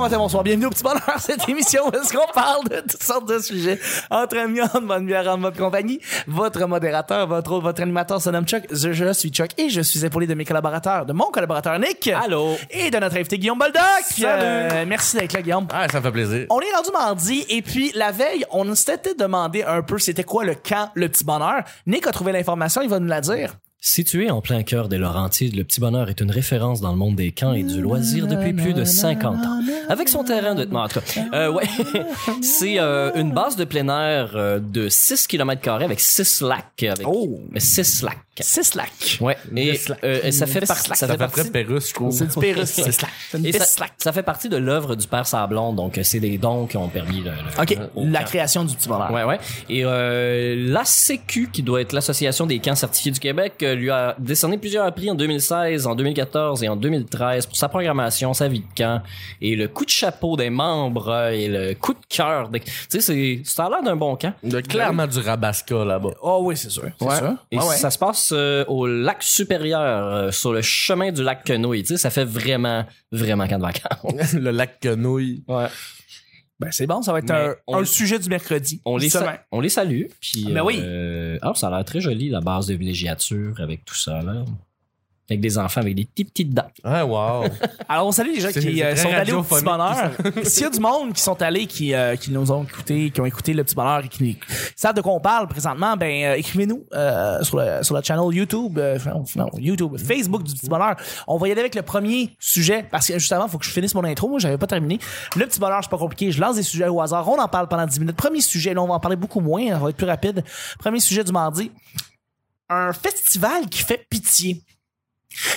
matin, bonsoir. Bienvenue au petit bonheur, cette émission où est-ce qu'on parle de toutes sortes de sujets entre amis, en bonne bière, en mode compagnie. Votre modérateur, votre hôte, votre animateur se nomme Chuck. Je, je suis Chuck et je suis épaulé de mes collaborateurs, de mon collaborateur Nick. Allô. Et de notre invité Guillaume Baldock. Salut. merci d'être là, Guillaume. Ah, ça me fait plaisir. On est rendu mardi et puis la veille, on s'était demandé un peu c'était quoi le camp Le Petit Bonheur. Nick a trouvé l'information, il va nous la dire. Situé en plein cœur des Laurentides, le Petit Bonheur est une référence dans le monde des camps et du loisir depuis plus de 50 ans. Avec son terrain de... Non, en tout cas, euh, ouais. c'est euh, une base de plein air euh, de 6 km avec 6 lacs. Avec... Oh. Mais 6 lacs. C'est slack. Ouais, mais Slack. euh, et ça fait, Le par- Slack. ça Ça fait fait partie... très perrusse, je trouve. C'est du Pérus. C'est slack. C'est une et piste ça, slack. ça fait partie de l'œuvre du père Sablon, donc euh, c'est des dons qui ont permis le, le- OK. le- euh, au La camp. création du petit bonheur. Ouais, ouais. Et euh, la Sécu, qui doit être l'Association des camps certifiés du Québec, euh, lui a décerné plusieurs prix en 2016, en 2014 et en 2013 pour sa programmation, sa vie de camp et le coup de chapeau des membres euh, et le coup de cœur. des- Tu sais, c'est ça a l'air d'un bon camp. Il y a clairement du rabasca là-bas. Oh oui, c'est sûr. C'est Ouais. sûr. Et Ouais, ouais. ça se passe euh, au lac supérieur, euh, sur le chemin du lac Quenouille. Tu sais, ça fait vraiment, vraiment camp de vacances. Le lac Quenouille. Ouais. Ben, c'est bon, ça va être Mais un, on- un sujet du mercredi. On les, Seulement. sa- on les salue. Puis, Ben oui. euh, ah, ça a l'air très joli, la base de villégiature avec tout ça. Là. Avec des enfants avec des petites, petites dents. Ah, wow. Alors, on salue les gens C'est- qui c'est euh, très sont allés au Petit radiophonique, Bonheur. S'il y a du monde qui sont allés, qui, euh, qui nous ont écouté, qui ont écouté le Petit Bonheur et qui savent de quoi on parle présentement, ben euh, écrivez-nous euh, sur, le, sur le channel YouTube, euh, non, non, YouTube, Facebook du Petit Bonheur. On va y aller avec le premier sujet parce que juste avant, il faut que je finisse mon intro. Moi, j'avais pas terminé. Le Petit Bonheur, c'est pas compliqué. Je lance des sujets au hasard. On en parle pendant 10 minutes. Premier sujet, là, on va en parler beaucoup moins. On va être plus rapide. Premier sujet du mardi. Un festival qui fait pitié.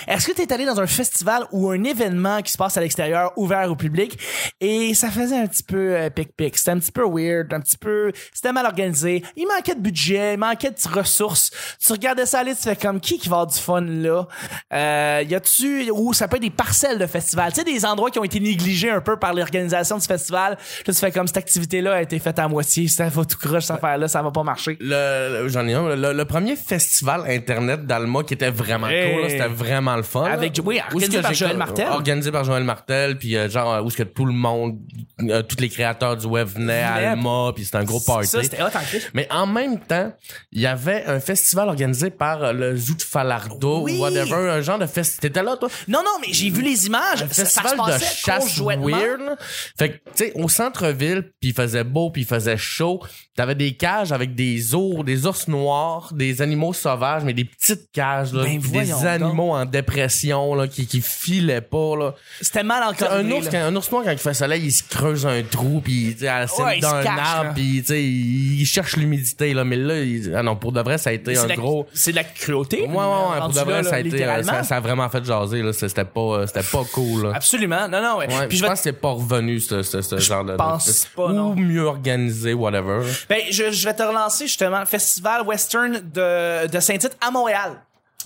Est-ce que tu es allé dans un festival ou un événement qui se passe à l'extérieur, ouvert au public, et ça faisait un petit peu euh, pic-pic? C'était un petit peu weird, un petit peu... C'était mal organisé. Il manquait de budget, il manquait de ressources. Tu regardais ça aller, tu fais comme, qui qui va avoir du fun, là? Euh, y a-tu... Ou ça peut être des parcelles de festivals. Tu sais, des endroits qui ont été négligés un peu par l'organisation du festival. Là, tu fais comme, cette activité-là a été faite à moitié, ça va tout croche, cette affaire-là, ça va pas marcher. Le, le- j'en ai un. Le, le premier festival Internet d'Alma qui était vraiment Hey. cool, là, c'était vraiment le fun. Avec- là. oui, Où est-ce organisé que par j'ai- Joël Martel. Organisé par Joël Martel, puis euh, genre, euh, où est-ce que tout le monde, euh, tous les créateurs du web venaient à Venaient. Alma, puis c'était un gros party. Ça, c'était hot en crise. Mais en même temps, il y avait un festival organisé par euh, le Zoo de Falardo Oui. ou whatever, un genre de festival. T'étais là, toi? Non, non, mais j'ai vu les images. Un Ça, ça se festival de passait chasse conjointement. weird. là. Fait que, tu sais, au centre-ville, puis il faisait beau, puis il faisait chaud. T'avais des cages avec des ours, des ours noirs, des animaux sauvages, mais des petites cages, là, Ben, puis des voyons animaux en dépression, là, qui, qui filaient pas, là. C'était mal Tu sais, encore. Un ours, quand, un ours noir, quand il fait soleil, il se creuse un trou, puis tu sais, à la cime Ouais, il se d'un cache, là. arbre, puis tu sais, il il cherche l'humidité, là. Mais là, il- ah non, pour de vrai, ça a été C'est un de la- gros... C'est de la cruauté. Ouais, ouais, ouais, euh, pour rendu de vrai, là, ça a là, été... euh, littéralement. Ça, ça a vraiment fait jaser, là. C'était pas, euh, c'était pas cool, là. Absolument. Non, non, ouais. Ouais, Puis je je vais pense que c'est pas revenu, ce, ce, ce genre de... pense de- pas, Ou non. mieux organisé, whatever. ben, je, je vais te relancer justement. Festival Western de, de Saint-Tite à Montréal.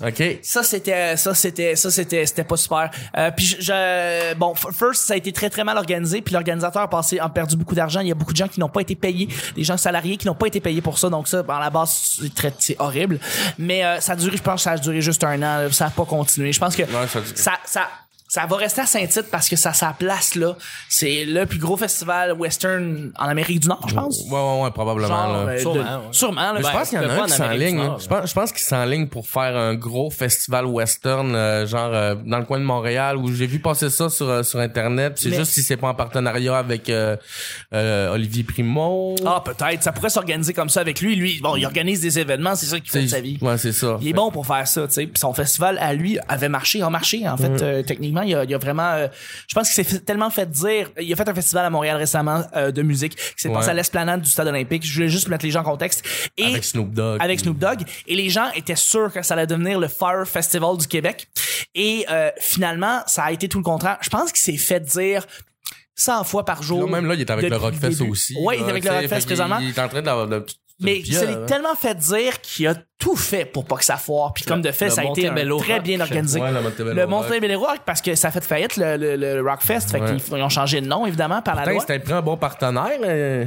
OK. Ça c'était ça c'était ça c'était c'était pas super. Euh, puis je, je- bon f- first ça a été très très mal organisé puis l'organisateur a passé a perdu beaucoup d'argent, il y a beaucoup de gens qui n'ont pas été payés, des gens salariés qui n'ont pas été payés pour ça donc ça par la base c'est très c'est horrible. Mais euh, ça a duré je pense que ça a duré juste un an, là, ça a pas continué. Je pense que ça a duré. ça ça ça va rester à Saint-Tite parce que ça a sa place là. C'est le plus gros festival western en Amérique du Nord, je pense. Ouais, ouais, ouais, probablement, Genre, là. euh, de- Sûrement, ouais. sûrement, là. Mais je Ben, pense qu'il y en le a pas un qui en Amérique du s'enligne. là. Nord, Je pense, je pense qu'il s'enligne pour faire un gros festival western, euh, genre euh, dans le coin de Montréal, où j'ai vu passer ça sur, euh, sur Internet. puis C'est Mais- juste si c'est pas en partenariat avec euh, euh, Olivier Primo. Ah, peut-être. Ça pourrait s'organiser comme ça avec lui. Lui, bon, il organise des événements, c'est ça qu'il fait C'est- de sa vie. Ouais, c'est ça. Il est bon pour faire ça, tu sais. Puis son festival, à lui, avait marché, a marché, en fait, euh, techniquement. Il a, il a vraiment... euh, je pense qu'il s'est fait- tellement fait dire... Il a fait un festival à Montréal récemment euh, de musique qui s'est Ouais. passé à l'esplanade du Stade olympique. Je voulais juste mettre les gens en contexte. Et Avec Snoop Dogg. avec Snoop Dogg. Et les gens étaient sûrs que ça allait devenir le Fire Festival du Québec. Et euh, finalement, ça a été tout le contraire. Je pense qu'il s'est fait dire 100 fois par jour. Là, même là, il est avec le depuis Rockfest début. aussi. Ouais, il est là, avec tu le sais, Rockfest fait qu'il- présentement. Il est en train d'avoir de. de- de- Mais il bien, s'est là. tellement fait dire qu'il a tout fait pour pas que ça foire. Puis comme de fait, le ça a été un Montebello très Rock. bien organisé. Ouais, le Montebello le Rock. Montebello Rock, parce que ça a fait faillite le, le, le Rockfest. Fait Ouais. qu'ils ils ont changé de nom, évidemment, par la Putain, loi. c'était pris un bon partenaire. euh,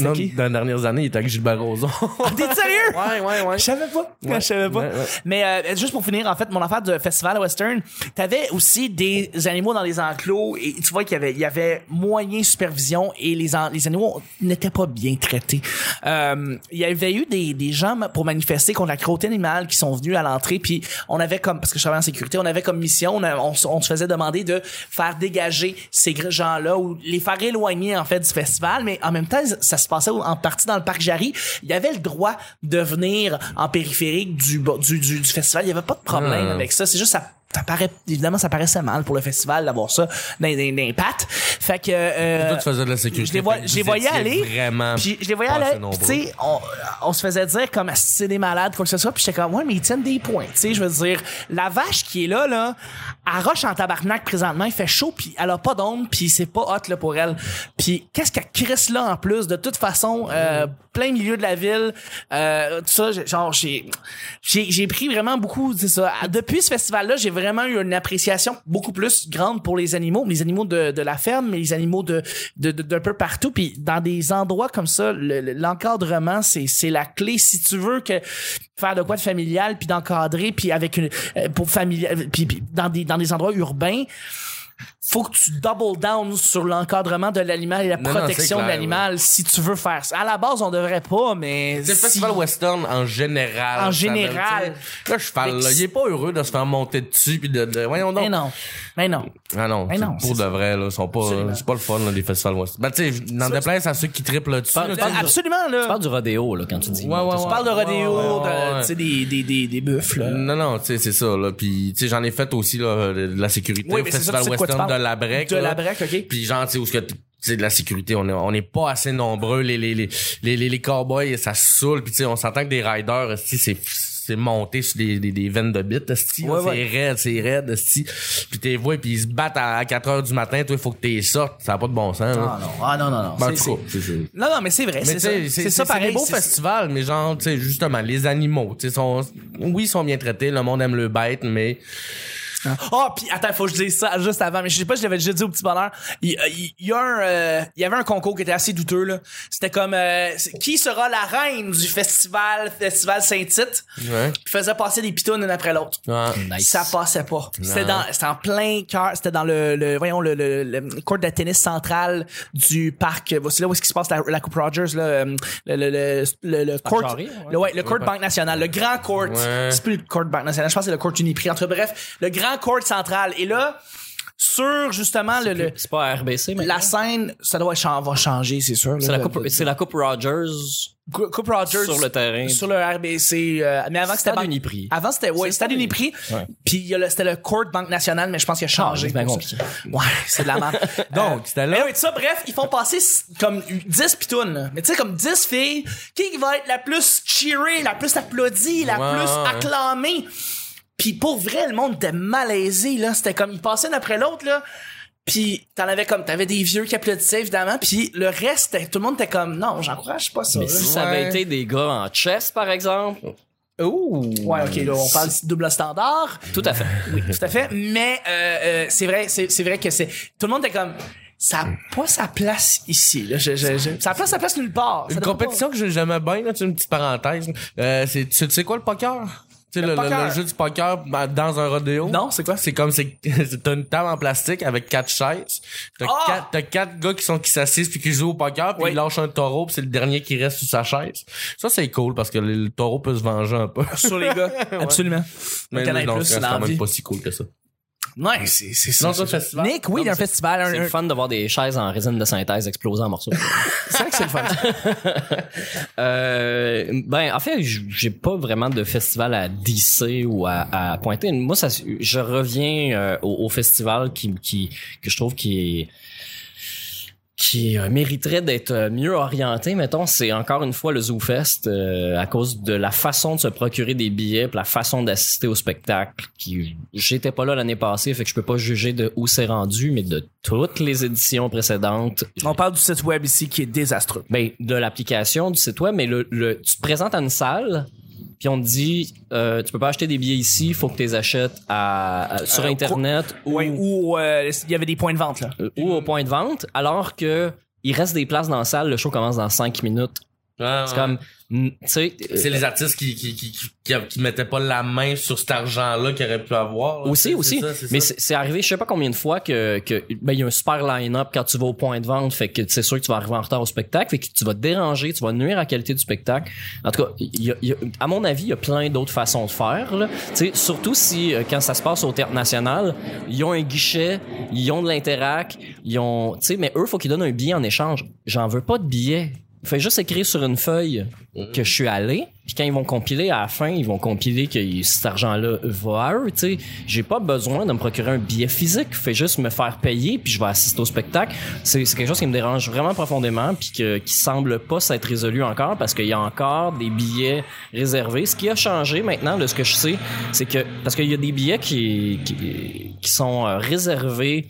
non, qui? Dans les dernières années, il était avec Gilbert Rozon. T'es sérieux? ouais, ouais, ouais. Je savais pas. Ouais. Je savais pas. Ouais, ouais. Mais euh, juste pour finir, en fait, mon affaire de festival western, t'avais aussi des animaux dans les enclos et tu vois qu'il y avait, il y avait moyen supervision et les, en- les animaux n'étaient pas bien traités. Euh, il y avait eu des, des gens ma- pour manifester contre la cruauté animale qui sont venus à l'entrée puis on avait comme, parce que je travaillais en sécurité, on avait comme mission, on, a- on se- on se faisait demander de faire dégager ces gr- gens-là ou les faire éloigner en fait du festival, mais en même temps, ça se passait en partie dans le parc Jarry. Il y avait le droit de venir en périphérique du, bo- du, du, du festival. Il n'y avait pas de problème Ah. avec ça. C'est juste ça. Ça paraît, évidemment, ça paraissait mal pour le festival d'avoir ça dans, dans- dans les pattes. Fait que, euh, Toi, tu faisais de la sécurité. je les, vois- Fait que je les vous voyais étiez aller. Vraiment. Puis je les voyais pas assez aller. puis nombreux. tu sais, on, on se faisait dire comme Ah, c'est des malades, quoi que ce soit. Puis j'étais comme, ouais, mais ils tiennent des points. Tu sais, je veux dire, la vache qui est là, là, elle roche en tabarnak présentement. Il fait chaud, puis elle a pas d'ombre, puis c'est pas hot, là, pour elle. Puis qu'est-ce qu'elle crisse là, en plus? De toute façon, euh, plein milieu de la ville, euh, tout ça, j'ai- genre, j'ai, j'ai, j'ai pris vraiment beaucoup, c'est ça. Ah, Depuis ce festival-là, j'ai vraiment eu une appréciation beaucoup plus grande pour les animaux, les animaux de, de la ferme, mais les animaux de, de, de- d'un peu partout. Puis dans des endroits comme ça, le- le- l'encadrement, c'est, c'est la clé. Si tu veux que faire de quoi de familial, puis d'encadrer, puis avec une, euh, pour familial, puis, puis dans des, dans des endroits urbains, faut que tu double down sur l'encadrement de l'animal et la Non, non, c'est protection clair, de l'animal si tu veux faire ça. À la base, on devrait pas, mais C'est le si- festival western en général. En ça donne, général. tu sais, Là, je parle, là, il est pas heureux de se faire monter dessus puis de, de- voyons donc. Mais Eh non. Mais non. Ah non, Mais c'est non, pour c'est de vrai, là, sont pas, Absolument. c'est pas le fun, là, les festivals western. Ben, tu sais, n'en Ça, déplaise à ceux qui triplent là-dessus. Ah, Pas- là, pas- tu- Absolument, là. Tu parles du rodéo, là, quand tu dis. Ouais, ouais, On parle de rodéo, Ouais, ouais, de- ouais. tu sais, des, des, des, des buffles. là. Non, non, tu sais, c'est ça, là. Puis, tu sais, j'en ai fait aussi, là, de de la sécurité Oui, au mais c'est Festival ça, tu sais de quoi tu Western de parles. la Brec. De là. la Brec, OK. Puis, genre, tu sais, où ce que t- tu sais, de la sécurité, on est, on est pas assez nombreux, les, les, les, les, les, les cowboys, ça saoule, puis tu sais, on s'entend que des riders, si c'est, c'est monté sur des, des, des veines de bits, esti, là, Ouais, c'est ouais. raide, c'est raide, esti. Puis t'es vois, puis ils se battent à, 4 heures du matin, toi, il faut que t'es sortes, ça a pas de bon sens, Ah là. non, ah non, non, non. Ben, en C'est- tout cas, c'est- c'est- c'est- Non, non, mais c'est vrai, mais c'est tu ça. sais, c'est C'est ça c'est des pareil. beaux c'est- festivals, mais genre, tu sais, justement, les animaux, tu sais, sont, oui, ils sont bien traités, le monde aime le bête, mais Ah, puis attends, faut que je dise ça juste avant, mais je sais pas, je l'avais déjà dit au petit bonheur. Il, euh, il- il y a un, euh, il y avait un concours qui était assez douteux, là. C'était comme, euh, c'est- qui sera la reine du festival, festival Saint-Tite? Ouais. Qui faisait passer des pitounes une après l'autre. Ah. Nice. Ça passait pas. C'était Non. dans, c'était en plein cœur, c'était dans le, le voyons le, le, le court de tennis central du parc. euh, C'est là où est-ce qu'il se passe la, la Coupe Rogers là, euh, le le le le, le court, Jarry, ouais. le, ouais, le court Banque Nationale, le grand court. Ouais. C'est plus le court Banque Nationale, je pense que c'est le court Uniprix. Entre bref, le grand court central. Et là, sur justement le, le- C'est pas RBC, mais. la scène, ça doit ch- va changer, c'est sûr. C'est là, la de- coupe, de- c'est la coupe Rogers. Cou- Coupe Rogers Sur le terrain. sur le RBC. euh, mais avant que c'était Stade Banque- Uniprix. Avant c'était ouais, le Stade Stade Uniprix. Ouais. Puis il y a le- c'était le Court Banque Nationale, mais je pense qu'il a Ah, changé. c'est bien pour compliqué. ça. Ouais, c'est de la merde. Donc, c'était là. Mais oui, ça, bref, ils font passer s- comme 10 pitounes. là. Mais tu sais, comme 10 filles. Qui va être la plus cheerée, la plus applaudie, la Ouais, plus ouais, ouais. acclamée? Puis pour vrai, le monde était malaisé, là. C'était comme, ils passaient une après l'autre, là. Puis t'en avais comme, t'avais des vieux qui applaudissaient, évidemment. Puis le reste, tout le monde était comme, non, j'encourage pas ça. Mais là. si ça avait Ouais. été des gars en chess, par exemple. Ouh. Ouais, ok, là, on parle de double standard. Tout à fait. Oui, tout à fait. Mais euh, euh, c'est vrai, c'est c'est vrai que c'est tout le monde est comme ça a pas sa place ici. Là. Je, je, je- ça a pas sa place nulle part. Ça Une devrait compétition que j'ai jamais bien, là, tu sais, une petite parenthèse. Euh, c'est, tu tu sais quoi le poker? Tu sais, le, le- poker. le jeu du poker bah, dans un rodéo. Non, c'est quoi? C'est comme, c'est, c'est- t'as une table en plastique avec quatre chaises. T'as, Ah! quatre, t'as quatre gars qui sont, qui s'assisent puis qui jouent au poker puis Oui. ils lâchent un taureau puis c'est le dernier qui reste sur sa chaise. Ça, c'est cool parce que le, le taureau peut se venger un peu. pas. sur les gars, absolument. Mais Canal non, Plus, c'est c'est quand l'envie. même pas si cool que ça. Ouais, c'est c'est ça. Dans un festival. Nick, oui, d'un festival. C'est un- le un- fun de voir des chaises en résine de synthèse exploser en morceaux. C'est vrai que c'est le fun. Euh, ben, en fait, j- j'ai pas vraiment de festival à DC ou à, à pointer. Moi, ça, je reviens euh, au, au festival qui, qui, que je trouve qui est qui euh, mériterait d'être euh, mieux orienté, mettons, c'est encore une fois le ZooFest euh, à cause de la façon de se procurer des billets, puis la façon d'assister au spectacle. Qui j'étais pas là l'année passée, fait que je peux pas juger de où c'est rendu, mais de toutes les éditions précédentes, On parle du site web ici qui est désastreux. ben, de l'application, du site web, mais le, le- tu te présentes à une salle puis on te dit, euh, tu peux pas acheter des billets ici, faut que tu les achètes à, à- sur Euh, Internet ou, Ouais, ou euh, il y avait des points de vente, là. euh, ou au point de vente, alors que il reste des places dans la salle, le show commence dans 5 minutes. Ouais, C'est ouais. comme, mm, tu sais, C'est euh, les artistes qui, qui, qui, qui, qui- qui mettaient pas la main sur cet argent-là qu'ils auraient pu avoir. là. Aussi, C'est- aussi. c'est ça, c'est mais ça. c'est c'est arrivé, je sais pas combien de fois que, que ben, il y a un super line-up quand tu vas au point de vente, fait que c'est sûr que tu vas arriver en retard au spectacle, fait que tu vas te déranger, tu vas nuire à la qualité du spectacle. En tout cas, il y a- il y a- à mon avis, il y a plein d'autres façons de faire. Là. Tu sais, Surtout si, euh, quand ça se passe au Théâtre National, ils ont un guichet, ils ont de l'interac, ils ont... tu sais, Mais eux, faut qu'ils donnent un billet en échange. J'en veux pas de billet. Fait juste écrire sur une feuille que je suis allé. Puis quand ils vont compiler à la fin, ils vont compiler que cet argent-là va à eux. Tu sais, j'ai pas besoin de me procurer un billet physique. Fait juste me faire payer, puis je vais assister au spectacle. C'est c'est quelque chose qui me dérange vraiment profondément, puis que, qui semble pas s'être résolu encore parce qu'il y a encore des billets réservés. Ce qui a changé maintenant de ce que je sais, c'est que parce qu'il y a des billets qui qui, qui sont euh, réservés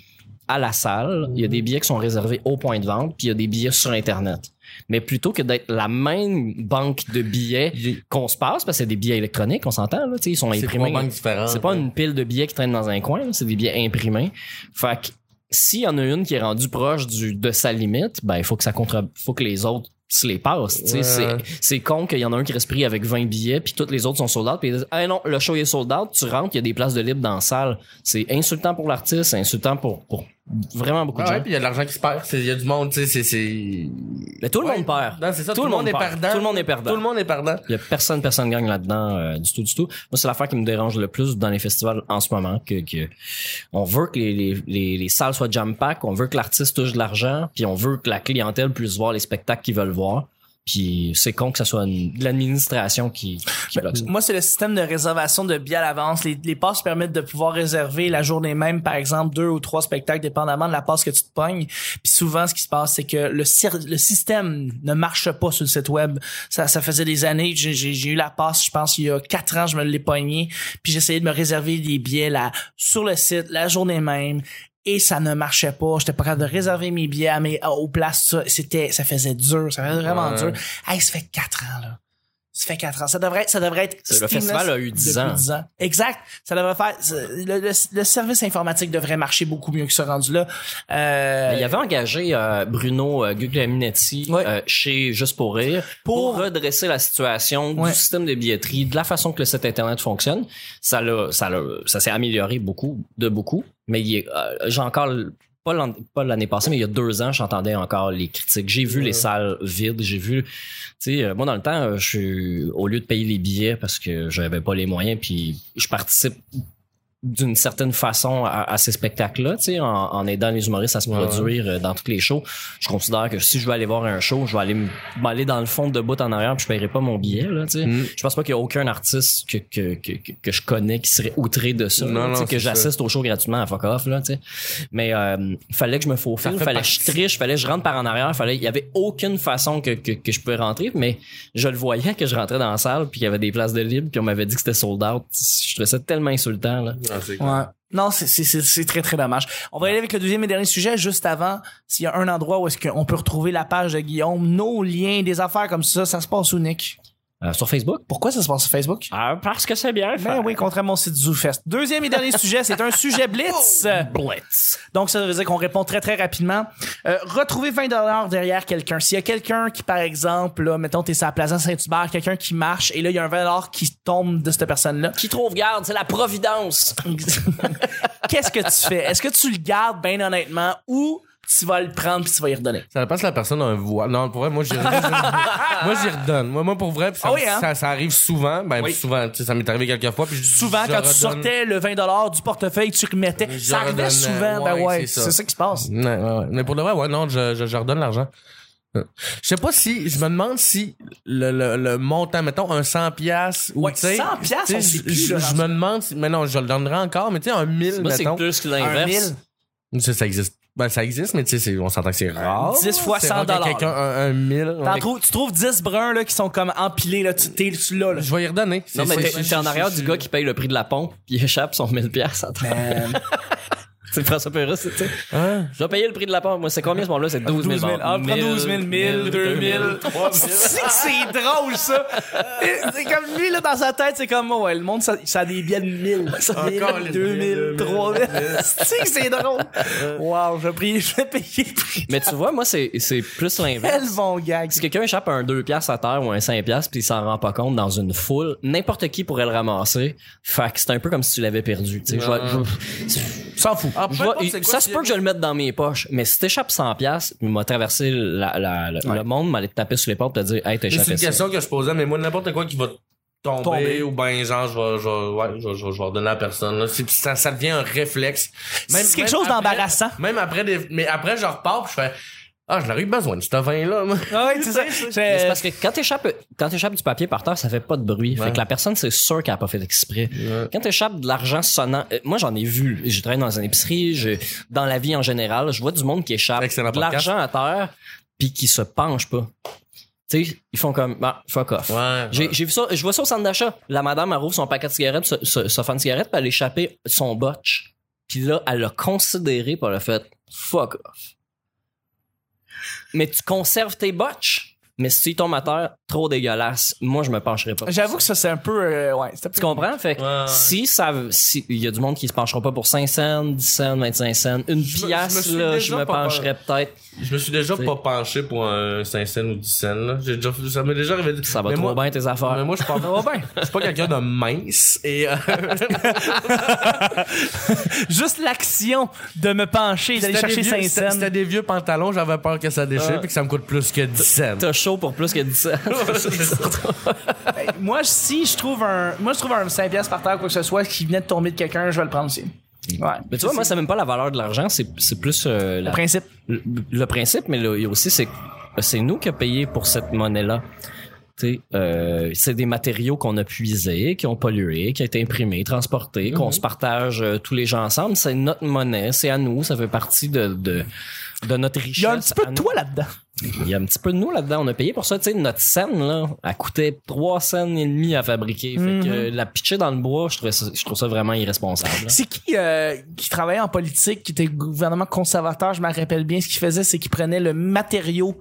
à la salle, il y a des billets qui sont réservés au point de vente, puis il y a des billets sur Internet. Mais plutôt que d'être la même banque de billets qu'on se passe, parce que c'est des billets électroniques, on s'entend, là, tu sais, ils sont C'est trois imprimés. banques différentes. C'est pas une pile de billets qui traîne dans un coin, là, c'est des billets imprimés. Fait que s'il y en a une qui est rendue proche du, de sa limite, ben il faut que ça contre, faut que les autres se les passent. tu sais. Ouais. C'est, c'est con qu'il y en a un qui reste pris avec 20 billets, puis toutes les autres sont sold out, puis ils disent Ah non, le show est sold out, tu rentres, il y a des places de libre dans la salle. C'est insultant pour l'artiste, c'est insultant pour, pour vraiment beaucoup Ah de gens. ouais, puis il y a de l'argent qui se perd. c'est- Il y a du monde, tu sais, c'est- c'est. Mais tout le Ouais. monde perd. Non, c'est ça, Tout le monde est perd. perdant. Tout le monde est perdant. Tout le monde est perdant. Il y a personne, personne gagne là-dedans euh, du tout, du tout. Moi, c'est l'affaire qui me dérange le plus dans les festivals en ce moment, que, que on veut que les, les, les, les salles soient jam pack, on veut que l'artiste touche de l'argent, puis on veut que la clientèle puisse voir les spectacles qu'ils veulent voir. Puis c'est con que ce soit une- de l'administration qui, qui Ben, bloque ça. Moi, c'est le système de réservation de billets à l'avance. Les, les passes permettent de pouvoir réserver la journée même, par exemple, deux ou trois spectacles, dépendamment de la passe que tu te pognes. Puis souvent, ce qui se passe, c'est que le, cir- le système ne marche pas sur le site web. Ça, ça faisait des années. J'ai, j'ai- j'ai eu la passe, je pense, il y a quatre ans, je me l'ai pognée. Puis j'essayais de me réserver des billets là, sur le site, la journée même. Et ça ne marchait pas. J'étais pas capable de réserver mes billets à mes, aux places. Ça, c'était, ça faisait dur. Ça faisait vraiment Ouais. dur. Hey, ça fait quatre ans, là. Ça fait quatre ans. Ça devrait, ça devrait être. Le seamless festival a eu 10 depuis ans. Exact. Ça devrait faire. Le, le- le service informatique devrait marcher beaucoup mieux que ce rendu-là. Euh, Mais Il avait engagé euh, Bruno euh, Guglielminetti Ouais. euh, chez Juste pour rire pour, Pour- redresser la situation Ouais. du système de billetterie, de la façon que le site internet fonctionne. Ça l'a, ça l'a, ça s'est amélioré beaucoup, de beaucoup. Mais il est, euh, j'ai encore l- pas l'an- pas l'année passée, mais il y a deux ans, j'entendais encore les critiques. J'ai vu les salles vides, j'ai vu. Tu sais, euh, moi dans le temps, euh, je suis au lieu de payer les billets parce que j'avais pas les moyens, puis je participe d'une certaine façon à, à ces spectacles-là, tu sais, en, en aidant les humoristes à se produire euh, dans toutes les shows. Je considère que si je veux aller voir un show, je vais aller aller dans le fond de bout en arrière, puis je paierai pas mon billet, là, tu sais. Mm. Je pense pas qu'il y a aucun artiste que, que, que, que- que je connais qui serait outré de ça, là, Non, tu sais, non, que c'est ça. j'assiste au show gratuitement à fuck off, là, tu sais. Mais euh, fallait que je me faufile, Ça fait fallait que je partie. triche, fallait que je rentre par en arrière, fallait, il y avait aucune façon que, que, que je pouvais rentrer, mais je le voyais que je rentrais dans la salle, puis qu'il y avait des places de libre, puis on m'avait dit que c'était sold out. Je trouvais ça tellement insultant, là. Ah, c'est- Ouais. Non, c'est- c'est c'est- c'est très, très dommage. On va aller avec le deuxième et dernier sujet juste avant. S'il y a un endroit où est-ce qu'on peut retrouver la page de Guillaume, nos liens, des affaires comme ça, ça se passe où, Nick? Euh, sur Facebook. Pourquoi ça se passe sur Facebook? Ah, parce que c'est bien Ben oui, contrairement au site ZooFest. Deuxième et dernier sujet, c'est un sujet blitz. Blitz. Donc, ça veut dire qu'on répond très, très rapidement. Euh, retrouver 20 dollars derrière quelqu'un. S'il y a quelqu'un qui, par exemple, là, mettons, t'es sur la Plaza Saint-Hubert, quelqu'un qui marche, et là, il y a un 20 qui tombe de cette personne-là. Qui trouve garde, c'est la providence. Qu'est-ce que tu fais? Est-ce que tu le gardes, bien honnêtement, ou tu vas le prendre puis tu vas y redonner? Ça dépend si la personne a un voix. Non, pour vrai, moi, j'y redonne. moi, j'y redonne. Moi, moi, pour vrai, puis ça, Ah oui, hein? ça, ça arrive souvent. Ben, Oui. souvent, tu sais, ça m'est arrivé quelques fois. Puis je- Souvent, je quand tu redonne. sortais le 20 du portefeuille, tu remettais. Je ça arrivait redonnais. souvent. ben Ouais, ouais, c'est ça. c'est ça qui se passe. Ouais, ouais, ouais. Mais pour de vrai, ouais, non, je, je, je redonne l'argent. Euh, Je sais pas si, je me demande si le, le, le montant, mettons un 100 piastres ou Ouais, tu sais, 100 piastres, tu sais, on sait je- plus, je, là, je me demande si, mais non, je le donnerai encore, mais tu sais, un 1000, Moi, c'est mettons. plus que Un l'inverse. mille. Ça, ça existe. Ben, ça existe, mais tu sais, c'est- on s'entend que c'est rare. 10 fois C'est rare 100 que Quelqu'un, un, un 1000. T'en on est- trouves- tu trouves 10 bruns là, qui sont comme empilés, là, tu, t'es- tu l'as. Là. Je vais y redonner. C'est- Non, mais c'est- t'es t'es en arrière du gars qui paye le prix de la pompe, puis il échappe son 1000$ à terre. Man. C'est François Pérusse, tu sais. Hein? Je vais payer le prix de la pompe. Moi, c'est combien ce moment-là? C'est 12 000 000. Ah, prends 12 000, 1000, 2000. 3 000. Si que c'est drôle, ça! Et C'est comme lui, là, dans sa tête, c'est comme, oh, ouais, le monde, ça, ça a des billets de 1000, Encore 1000, les 2000, 2000, 3000. Si que c'est drôle! Wow, je prie, je vais payer le prix. Mais tu vois, moi, c'est c'est plus l'inverse. Quel bon gag! Si quelqu'un échappe un 2 piastres à terre ou un 5 piastres puis il s'en rend pas compte dans une foule, n'importe qui pourrait le ramasser. Fait que c'est un peu comme si tu l'avais perdu. tu sais. Je vais- je- S'en fout. Ah, peu je vais- importe c'est quoi, ça se si- peut que je le mette dans mes poches, mais si t'échappes 100 piastres, il m'a traversé la- la- la- le monde, m'allait te taper sur l'épaule et te dire « Hey, Mais C'est t'échappais une ça. » question que je posais, mais moi, n'importe quoi qui va tomber, Tomber. ou ben genre, je vais, je vais, ouais, je vais, je vais- je vais redonner à la personne. là. C'est- Ça, ça devient un réflexe. Même- C'est quelque même chose après- d'embarrassant. Même après, des- mais après, je repars puis je fais Ah, je l'aurais eu besoin de ce vin-là. moi. Ah oui, c'est ça. Mais C'est- c'est parce que quand t'échappes, quand t'échappes du papier par terre, ça fait pas de bruit. Fait Ouais. que la personne, c'est sûr qu'elle a pas fait exprès. Quand t'échappes de l'argent sonnant, euh, moi j'en ai vu. J'ai travaillé dans une épicerie, j'ai- dans la vie en général, je vois du monde qui échappe Excellent de podcast. l'argent à terre, puis qui se penche pas. Tu sais, ils font comme, bah, fuck off. Ouais. J'ai j'ai vu ça, je vois ça au centre d'achat. La madame, elle rouvre son paquet de cigarettes, se, se, se fait une cigarette, puis elle a échappé son botch. Puis là, elle l'a considéré, puis elle a fait fuck off. Mais tu conserves tes botches. Mais si tu y tombes à terre, trop dégueulasse. Moi, je me pencherai pas. J'avoue que ça, c'est un peu, euh, ouais, c'est un peu- Tu comprends? Fait que Ouais, ouais. si ça. Si, il y a du monde qui se penchera pas pour 5 cents, 10 cents, 25 cents. Une Je me- je me pièce, suis là, déjà je me pas- pencherais peut-être. Je me suis déjà T'sais. pas penché pour un 5 cents ou 10 cents. Là. J'ai déjà, ça m'est déjà arrivé. de- Ça va mais trop moi, bien tes affaires. Mais moi, je pense Je suis pas quelqu'un de mince. Et euh, Juste l'action de me pencher, d'aller c'était chercher des vieux- 5 cents. c'était- C'était des vieux pantalons, j'avais peur que ça déchire puis que ça me coûte plus que 10 cents. T'as chaud pour plus que 10 cents. Moi, si je trouve un, moi, je trouve un 5 piastres par terre, quoi que ce soit, qui venait de tomber de quelqu'un, je vais le prendre aussi. Mm. Ouais. Mais tu vois, moi, c'est même pas la valeur de l'argent, c'est c'est plus euh, le la- principe. le, le principe, mais le- aussi, c'est que ben, c'est nous qui a payé pour cette monnaie-là. Tu sais, Euh, c'est des matériaux qu'on a puisés, qui ont pollué, qui ont été imprimés, transportés, Mhm. qu'on se partage euh, tous les gens ensemble. C'est notre monnaie, c'est à nous, ça fait partie de, de, de notre richesse. Il y a un petit peu à de nous. toi là-dedans. Il y a un petit peu de nous là-dedans. On a payé pour ça. Tu sais, notre scène, là, elle coûtait 3 cents et demi à fabriquer. Fait Mhm. que euh, la pitcher dans le bois, je trouve ça, je trouve ça vraiment irresponsable. C'est qui euh, qui travaillait en politique, qui était gouvernement conservateur, je me rappelle bien, ce qu'il faisait, c'est qu'il prenait le matériau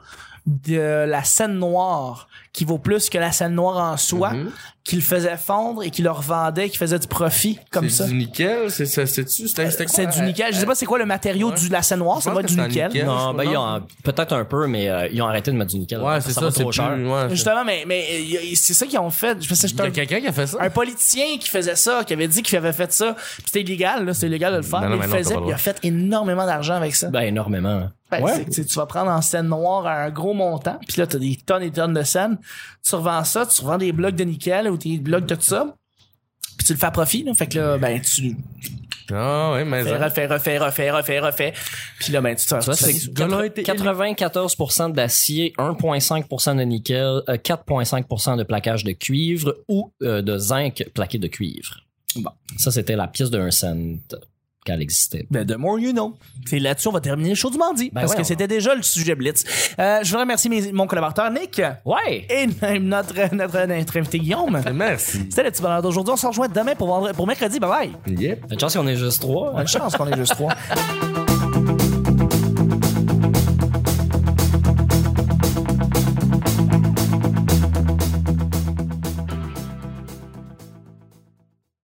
de la scène noire, qui vaut plus que la scène noire en soi, Mm-hmm. qu'il le faisait fondre et qu'il le revendait, qu'il faisait du profit comme ça. C'est du nickel, c'est ça, c'est-tu? C'était c'était quoi? C'est du nickel. Je sais pas c'est quoi le matériau Ouais. du de la scène noire, Je ça pense va être que du c'est un nickel. nickel. Non, Je- ben, non. ils ont, peut-être un peu, mais euh, ils ont arrêté de mettre du nickel. Ouais, c'est ça, va c'est trop plus. cher. ouais, c'est- Justement, mais, mais y a- c'est ça qu'ils ont fait. Je pensais que Il y a j'étais quelqu'un qui a fait ça? un, un politicien qui faisait ça, qui avait dit qu'il avait fait ça. Puis C'était illégal, là, c'est illégal de le faire. Non, non, mais il mais non, faisait, t'as pas puis le il a fait énormément d'argent avec ça. Ben, énormément. Ben, c'est- c'est- tu vas prendre en scène noire à un gros montant, puis là, t'as des tonnes et tonnes de scènes. Tu revends ça, tu revends des blocs de nickel ou des blocs de tout ça, puis tu le fais à profit. Là. Fait que là, ben, tu Ah, ouais, mais. fais, refais, refais, refais, refais, refais. Puis là, ben, tu te Tu vois, Ah, c'est tu- gars-là a été- 94% d'acier, 1,5% de nickel, euh, 4,5% de plaquage de cuivre ou euh, de zinc plaqué de cuivre. Bon, ça, c'était la pièce de 1 cent qu'elle existait. Ben, the more you know. C'est là-dessus, on va terminer le show du mardi. Ben parce que voyons. c'était déjà le sujet Blitz. Euh, je voudrais remercier mes- mon collaborateur Nick Ouais! et même notre, notre, notre invité Guillaume. Merci. C'était le petit bonheur d'aujourd'hui. On se rejoint demain pour, vendre, pour mercredi. Bye bye. Yep. Une chance qu'on est juste trois. Bonne chance qu'on est juste trois.